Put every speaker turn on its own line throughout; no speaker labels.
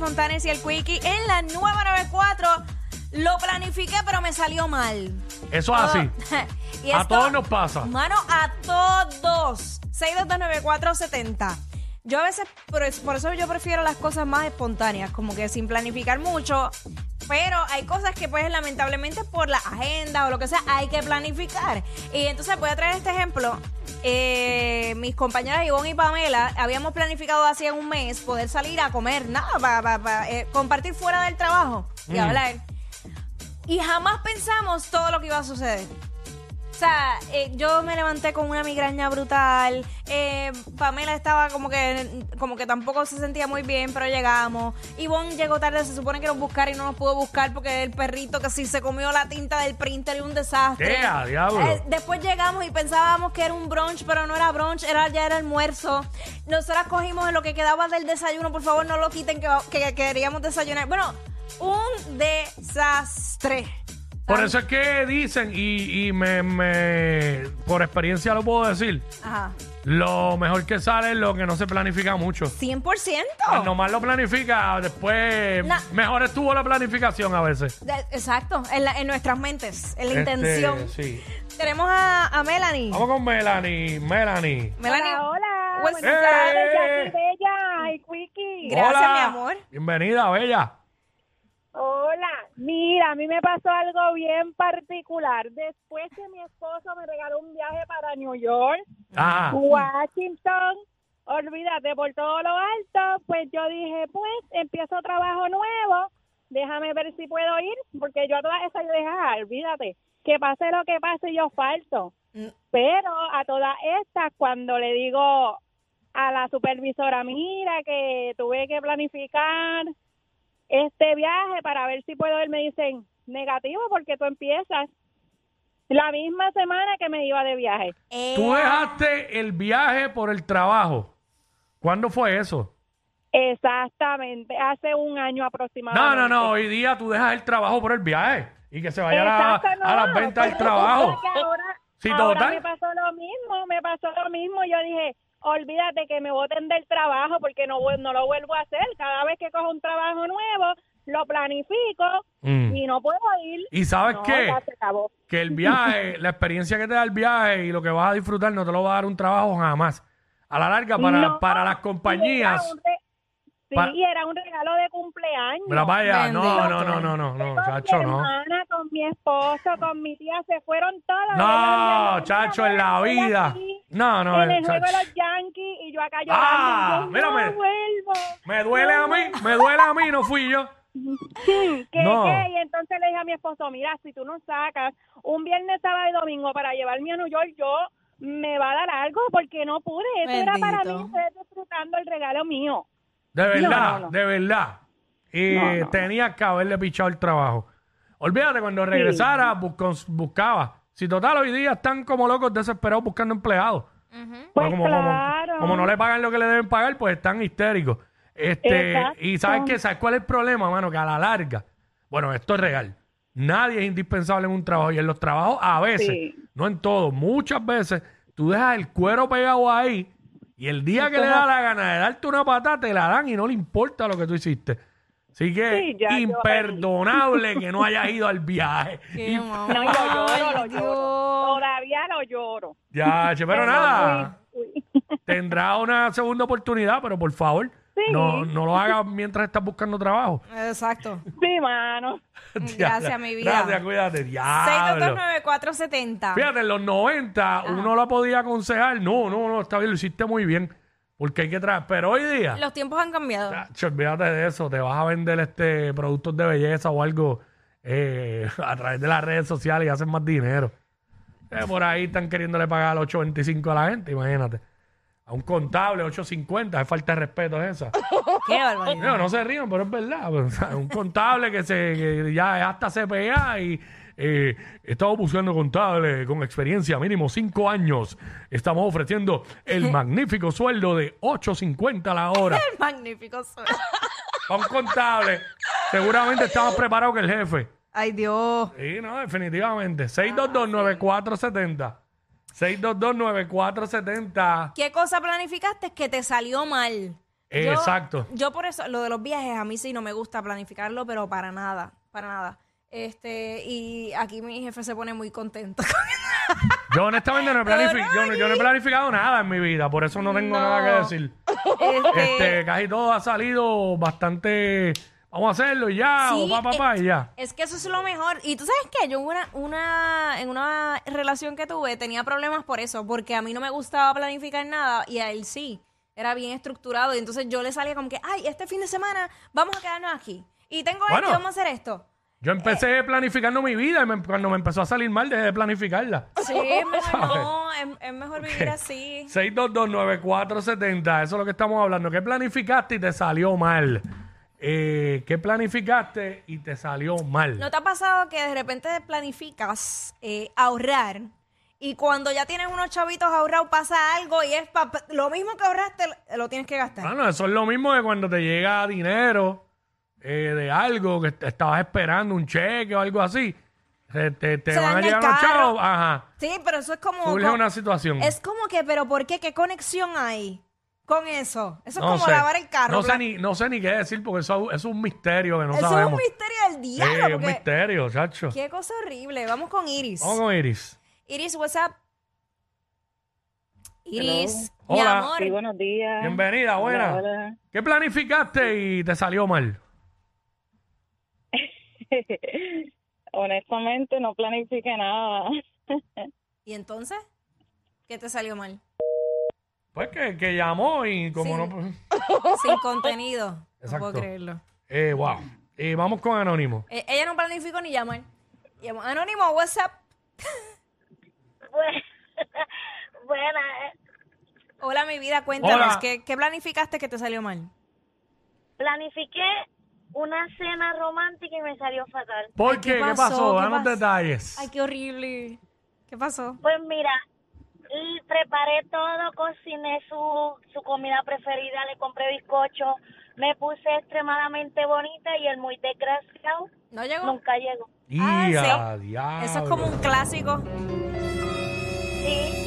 Fontanes y el Quickie en la 994. Lo planifiqué, pero me salió mal.
Eso es así.
Ah, Y
Ah, A
esto-
todos nos pasa.
Mano, a todos. 6229470. Yo a veces, por, es- por eso yo prefiero las cosas más espontáneas, como que sin planificar mucho. Pero hay cosas que, pues, lamentablemente por la agenda o lo que sea, hay que planificar. Y entonces voy a traer este ejemplo. Eh, mis compañeras Ivonne y Pamela habíamos planificado hace un mes poder salir a comer, nada, para eh, compartir fuera del trabajo y
Mm.
hablar. Y jamás pensamos todo lo que iba a suceder. O sea, eh, yo me levanté con una migraña brutal. eh, Pamela estaba como que, como que tampoco se sentía muy bien, pero llegamos. Ivonne llegó tarde, se supone que nos buscar y no nos pudo buscar porque el perrito que sí se comió la tinta del printer y un desastre.
¡Ea, Ah, diablo!
Eh, después llegamos y pensábamos que era un brunch, pero no era brunch, era ya era almuerzo. Nosotras cogimos lo que quedaba del desayuno, por favor no lo quiten que, va- que queríamos desayunar. Bueno, un desastre.
Por eso es que dicen, y, y me, me- por experiencia lo puedo decir,
Ajá.
lo mejor que sale es lo que no se planifica mucho.
100%.
Cuando más lo planifica, después
Na-
mejor estuvo la planificación a veces.
De- Exacto, en, la- en nuestras mentes, en la
Este,
intención.
sí.
Tenemos a, a Melanie.
Vamos con Melanie. Melanie.
Melanie.
Hola, hola.
What's-
Buenas tardes,
¡Eh!
Jackie Bella y Quickie.
Gracias,
Hola.
mi amor.
Bienvenida, bella.
Hola. Mira, a mí me pasó algo bien particular. Después que mi esposo me regaló un viaje para New York,
Ajá.
Washington, olvídate, por todo lo alto, pues yo dije, pues, empiezo trabajo nuevo, déjame ver si puedo ir, porque yo a todas esas yo dije, "Ah, olvídate, que pase lo que pase, yo falto.
Mm.
Pero a todas estas, cuando le digo a la supervisora, mira que tuve que planificar este viaje para ver si puedo ir, me dicen, negativo porque tú empiezas la misma semana que me iba de viaje.
Eh,
Tú dejaste el viaje por el trabajo. ¿Cuándo fue eso?
Exactamente, hace un año
No,
aproximadamente.
no, no. Hoy día tú dejas el trabajo por el viaje y que se vaya la-
Exacto, no, pues
a las ventas del
porque-
trabajo.
porque Ahora,
Sí,
ahora
total.
me pasó lo mismo, me pasó lo mismo. Yo dije, olvídate que me voten del trabajo porque no, vu- no lo vuelvo a hacer. Cada vez que cojo un trabajo nuevo, lo planifico
Mm.
y no puedo ir.
Y sabes
No,
qué?
ya se acabó.
Que el viaje, la experiencia que te da el viaje y lo que vas a disfrutar no te lo va a dar un trabajo jamás. A la larga, para,
No,
para las
y era
compañías.
un re- Sí,
Pa-
y era un regalo de cumpleaños.
Mira, vaya, no,
Bendito.
no, no, no, no, no,
con
chacho,
mi
no.
hermana, con mi esposo, con mi tía, se fueron todas.
No, chacho, en la vida. No, Ah, no,
en el juego de
chacho.
los Yankees y yo acá llorando.
Ah,
y yo,
mírame.
No vuelvo.
Me duele a
No,
mí, me duele a mí, no fui yo.
¿Qué,
No.
qué? Y entonces le dije a mi esposo, mira, si tú no sacas un viernes, sábado y domingo para llevarme a New York, yo me va a dar algo porque no pude. Eso era para mí,
Bendito.
estoy disfrutando el regalo mío.
De verdad,
no, no.
de verdad. Y
No, no.
tenía que haberle pichado el trabajo. Olvídate, cuando regresara, buscó- buscaba. Si total, hoy día están como locos desesperados buscando empleados.
ujú.
Pues
Porque como, como-
claro.
como no le pagan lo que le deben pagar, pues están histéricos. Este,
Exacto.
y sabes qué, ¿sabes cuál es el problema, mano? Que a la larga, bueno, esto es real. Nadie es indispensable en un trabajo. Y en los trabajos, a veces,
Sí.
no en todos, muchas veces, tú dejas el cuero pegado ahí y el día que le da la gana de darte una patada, te la dan y no le importa lo que tú hiciste. Así que
Sí, ya yo-
imperdonable que no hayas ido al viaje.
Qué mamá.
No, yo lloro,
Ay,
lo lloro.
Dios.
Todavía lo lloro.
Ya, che, pero nada.
Uy, uy.
tendrá una segunda oportunidad, pero por favor,
Sí.
no, no lo hagas mientras estás buscando trabajo.
Exacto.
Sí, mano.
Gracias, mi vida.
Gracias, cuídate. Diablo.
6229470.
Fíjate, en los 90 uno lo podía aconsejar. No, no, no, está bien, lo hiciste muy bien. Porque hay que traer. Pero hoy día,
Los tiempos han cambiado.
tacho, olvídate de eso. Te vas a vender este productos de belleza o algo eh, a través de las redes sociales y haces más dinero. Eh, por ahí están queriéndole pagar 8.25 a la gente, imagínate. A un contable, 8.50. Es falta de respeto esa.
Qué barbaridad.
No, no se rían, pero es verdad. O sea, un contable que se que ya es hasta CPA y eh, estamos buscando contable con experiencia mínimo cinco años. Estamos ofreciendo el magnífico sueldo de 8.50 la hora.
Magnífico sueño.
A un contable seguramente está más preparado que el jefe.
Ay, Dios.
Sí, no, definitivamente. 6229470. 6229470.
¿Qué cosa planificaste que te salió mal?
Eh,
Yo-
Exacto.
Yo por eso, lo de los viajes, a mí sí no me gusta planificarlo, pero para nada, para nada. Este, y aquí mi jefe se pone muy contento.
Yo honestamente no he, planifi- yo no- yo no he planificado nada en mi vida, por eso no tengo
No.
nada que decir.
Este,
Este, casi todo ha salido bastante. Vamos a hacerlo y ya,
Sí,
o pa, pa,
eh,
pa, y ya.
Es que eso es lo mejor. Y tú sabes que yo una, una, en una relación que tuve tenía problemas por eso, porque a mí no me gustaba planificar nada y a él sí. Era bien estructurado y entonces yo le salía como que, ay, este fin de semana vamos a quedarnos aquí. Y tengo
Bueno.
esto, y vamos a hacer esto.
Yo
eh.
empecé planificando mi vida y me- cuando me empezó a salir mal, dejé de planificarla.
Sí, es mejor no, es, es mejor vivir así.
6229470, eso es lo que estamos hablando. ¿Qué planificaste y te salió mal? Eh, ¿Qué planificaste y te salió mal?
¿No te ha pasado que de repente planificas eh, ahorrar y cuando ya tienes unos chavitos ahorrados pasa algo y es pa- pa- lo mismo que ahorraste, lo- lo tienes que gastar?
Bueno, eso es lo mismo que cuando te llega dinero eh, de algo que te estabas esperando, un cheque o algo así. Se- Te, te
Se
van a
daña el
llegar los
carro.
chavos. Ajá.
Sí, pero eso es como...
Surge
como-
una situación.
Es como que, pero ¿por qué? ¿Qué conexión hay con eso? Eso es
No
como
sé.
lavar el carro.
No sé,
bla-
ni, no sé ni qué decir porque eso, eso es un misterio que no
eso es un
sabemos.
misterio del
Sí,
diablo.
es un
porque-
misterio, chacho.
Qué cosa horrible. Vamos con Iris.
Vamos con Iris.
Iris, what's up? Iris,
Hello.
mi
Hola.
amor.
Sí, buenos días.
Bienvenida, buena.
Hola, hola.
¿Qué planificaste y te salió mal?
Honestamente, no planifiqué nada.
¿Y entonces? ¿Qué te salió mal?
Pues que, que llamó y como
Sí.
no... pues,
Sin contenido. No
Exacto.
puedo creerlo.
Eh, wow. Eh, vamos con Anónimo.
Eh, ella no planificó ni llamar. Llamó, Anónimo, WhatsApp.
Bueno,
Hola, mi vida, cuéntanos.
Hola.
¿qué, ¿Qué planificaste que te salió mal?
planifiqué una cena romántica y me salió fatal.
Ay,
¿Por
¿qué
qué? ¿Qué
pasó?
pasó?
¿Qué
Danos
pasó?
detalles.
Ay, qué horrible. ¿Qué pasó?
Pues mira, y preparé todo, cociné su, su comida preferida, le compré bizcocho, me puse extremadamente bonita y el muy desgraciado
¿No llegó?
nunca llegó.
Y
Ah, sí.
a
Eso es
diablo.
como un clásico.
Sí,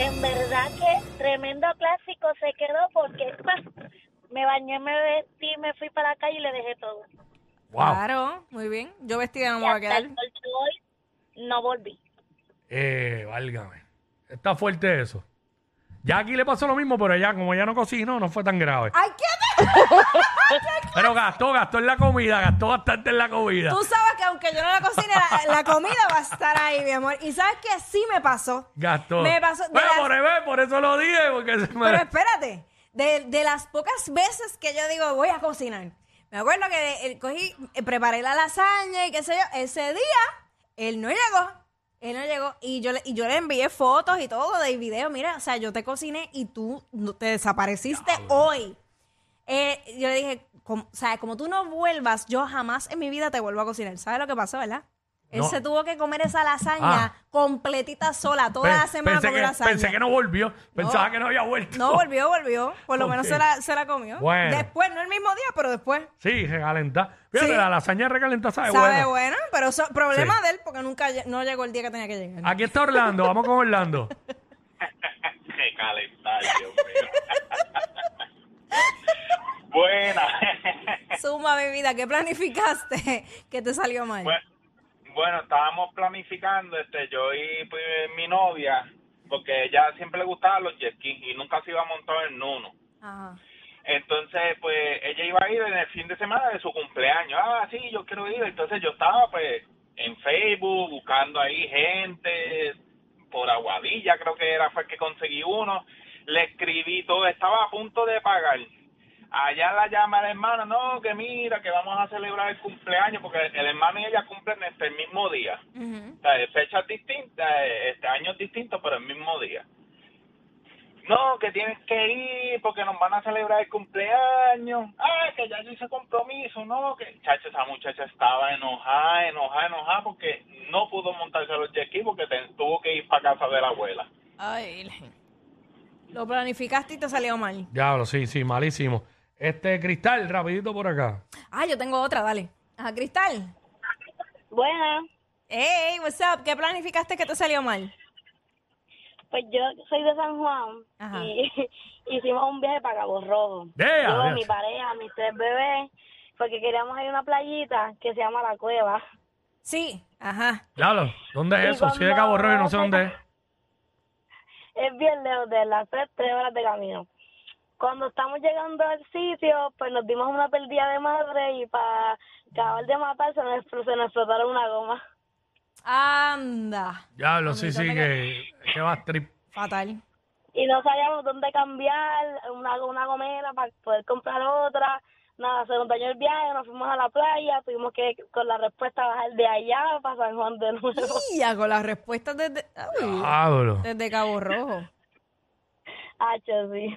en verdad que tremendo clásico se quedó porque me bañé, me vestí, me fui para la calle y le dejé todo.
Wow.
Claro, muy bien. Yo vestida no
Y
me voy a
hasta
quedar.
el sol de hoy no volví.
Eh, válgame. Está fuerte eso. Ya aquí le pasó lo mismo, pero ella, como ella no cocinó, no fue tan grave.
¡Ay, qué
Pero gastó, gastó en la comida, gastó bastante en la comida.
Tú sabes que aunque yo no la cocine, la, la comida va a estar ahí, mi amor. Y sabes que sí me pasó.
Gastó.
Me pasó- de
Bueno,
las-
por, eh, por eso lo dije, porque se me-
Pero espérate, de, de las pocas veces que yo digo voy a cocinar, me acuerdo que eh, cogí, eh, preparé la lasaña y qué sé yo, ese día él no llegó, él no llegó y yo le, y yo le envié fotos y todo de video, mira, o sea, yo te cociné y tú no- te desapareciste hoy. Eh, yo le dije, como, o sea, como tú no vuelvas, yo jamás en mi vida te vuelvo a cocinar. ¿Sabes lo que pasó, verdad? Él
No.
se tuvo que comer esa lasaña
Ah.
completita sola, toda
Pe-
la semana
pensé,
comió
que,
lasaña.
pensé que no volvió. Pensaba que no había vuelto.
No, volvió, volvió. Por lo menos
Ok.
se la, se la comió.
Bueno.
Después, no el mismo día, pero después.
Sí, recalentá. Fíjate,
Sí.
la lasaña recalentada sabe,
Sabe
buena.
bueno, pero eso, problema
Sí.
de él porque nunca lle- no llegó el día que tenía que llegar.
Aquí está Orlando, vamos con Orlando.
Qué calentar, Dios mío. Buena.
Suma, mi vida, ¿qué planificaste que te salió mal?
Pues-
Bueno, bueno, estábamos planificando, este, yo y pues, mi novia, porque ella siempre le gustaban los jet skis y nunca se iba a montar en uno.
Ajá.
Entonces, pues, ella iba a ir en el fin de semana de su cumpleaños. Ah, sí, yo quiero ir. Entonces, yo estaba, pues, en Facebook, buscando ahí gente, por Aguadilla, creo que era, fue el que conseguí uno. Le escribí todo, estaba a punto de pagar. Allá la llama el hermano, no, que mira, que vamos a celebrar el cumpleaños, porque el hermano y ella cumplen este el mismo día.
Ujú.
O sea, de fechas distintas, eh, este, años distintos, pero el mismo día. No, que tienes que ir porque nos van a celebrar el cumpleaños. Ah, que ya yo hice compromiso, no, que... Chacho, esa muchacha estaba enojada, enojada, enojada porque no pudo montarse a los jet skis porque te- tuvo que ir para casa de la abuela.
Ay, virgen. Lo planificaste y te salió mal.
Diablo, sí, sí, malísimo. Este, Cristal, rapidito por acá.
Ah, yo tengo otra, dale. Ajá, Cristal.
Buenas.
Hey, what's up? ¿Qué planificaste que te salió mal?
Pues yo soy de San Juan
Ajá.
y hicimos un viaje para Cabo Rojo.
Yeah,
yo,
yes.
mi pareja, mis tres bebés, porque queríamos ir a una playita que se llama La Cueva.
Sí, ajá.
Diablo, ¿dónde
Y
es eso? Si es de
cuando
Cabo Rojo, yo no sé dónde es.
Es bien lejos de las tres, tres horas de camino. Cuando estamos llegando al sitio, pues nos dimos una pérdida de madre y para acabar de matar se nos, expl- se nos explotaron una goma.
Anda.
Diablo, sí,
Mamita,
sí,
me
que, que va a trip.
Fatal.
y no sabíamos dónde cambiar una, una gomera para poder comprar otra. Nada, se nos dañó el viaje, nos fuimos a la playa, tuvimos que con la respuesta bajar de allá para San Juan de nuevo.
Y ya con las respuestas desde, uy,
Diablo.
desde Cabo Rojo.
H, sí.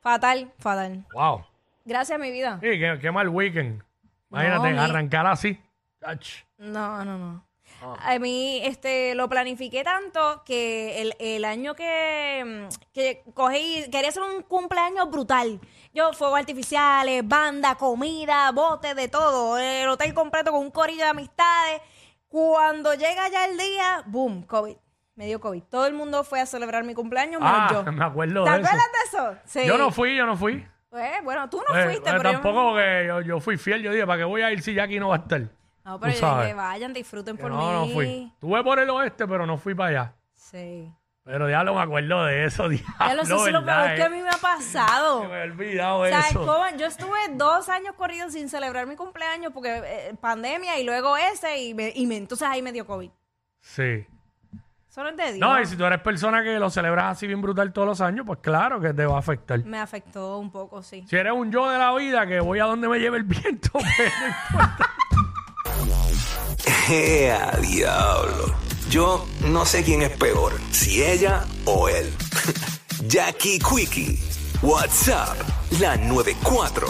Fatal, fatal.
Wow.
Gracias, mi vida.
Sí, qué, qué mal weekend. Imagínate,
mi-
arrancar así. Ach.
No, no, no.
Ah.
A mí este, lo planifiqué tanto que el, el año que, mm, que cogí, quería hacer un cumpleaños brutal. Yo, fuegos artificiales, banda, comida, botes, de todo. El hotel completo con un corillo de amistades. Cuando llega ya el día, boom, COVID. Me dio COVID. Todo el mundo fue a celebrar mi cumpleaños, menos
Ah,
yo.
me acuerdo
¿Te
de eso.
acuerdas de eso? Sí.
Yo no fui, yo no fui.
Pues, bueno, tú no
Eh,
fuiste,
eh,
pero yo-
tampoco porque yo, yo fui fiel. Yo dije, ¿para qué voy a ir si Jackie no va a estar?
No, pero
Tú
yo dije,
sabes.
vayan, disfruten
Que
por
no,
mí.
no fui. Tuve por el oeste, pero no fui para allá.
Sí.
Pero diablo, me acuerdo de eso, diablo.
Ya lo sé, eso es lo
Ah, ¿verdad,
peor que
eh?
a mí me ha pasado.
Se me he olvidado
O sea,
eso.
como- yo estuve dos años corridos sin celebrar mi cumpleaños porque eh, pandemia y luego ese y, me- y me- entonces ahí me dio COVID.
Sí.
Solo te digo.
No, y si tú eres persona que lo celebras así bien brutal todos los años, pues claro que te va a afectar.
Me afectó un poco, sí.
Si eres un yo de la vida, que voy a donde me lleve el viento, pues, no importa.
¡Ea, ¡Eh, diablo! Yo no sé quién es peor, si ella o él. Jackie Quickie, WhatsApp, la 94.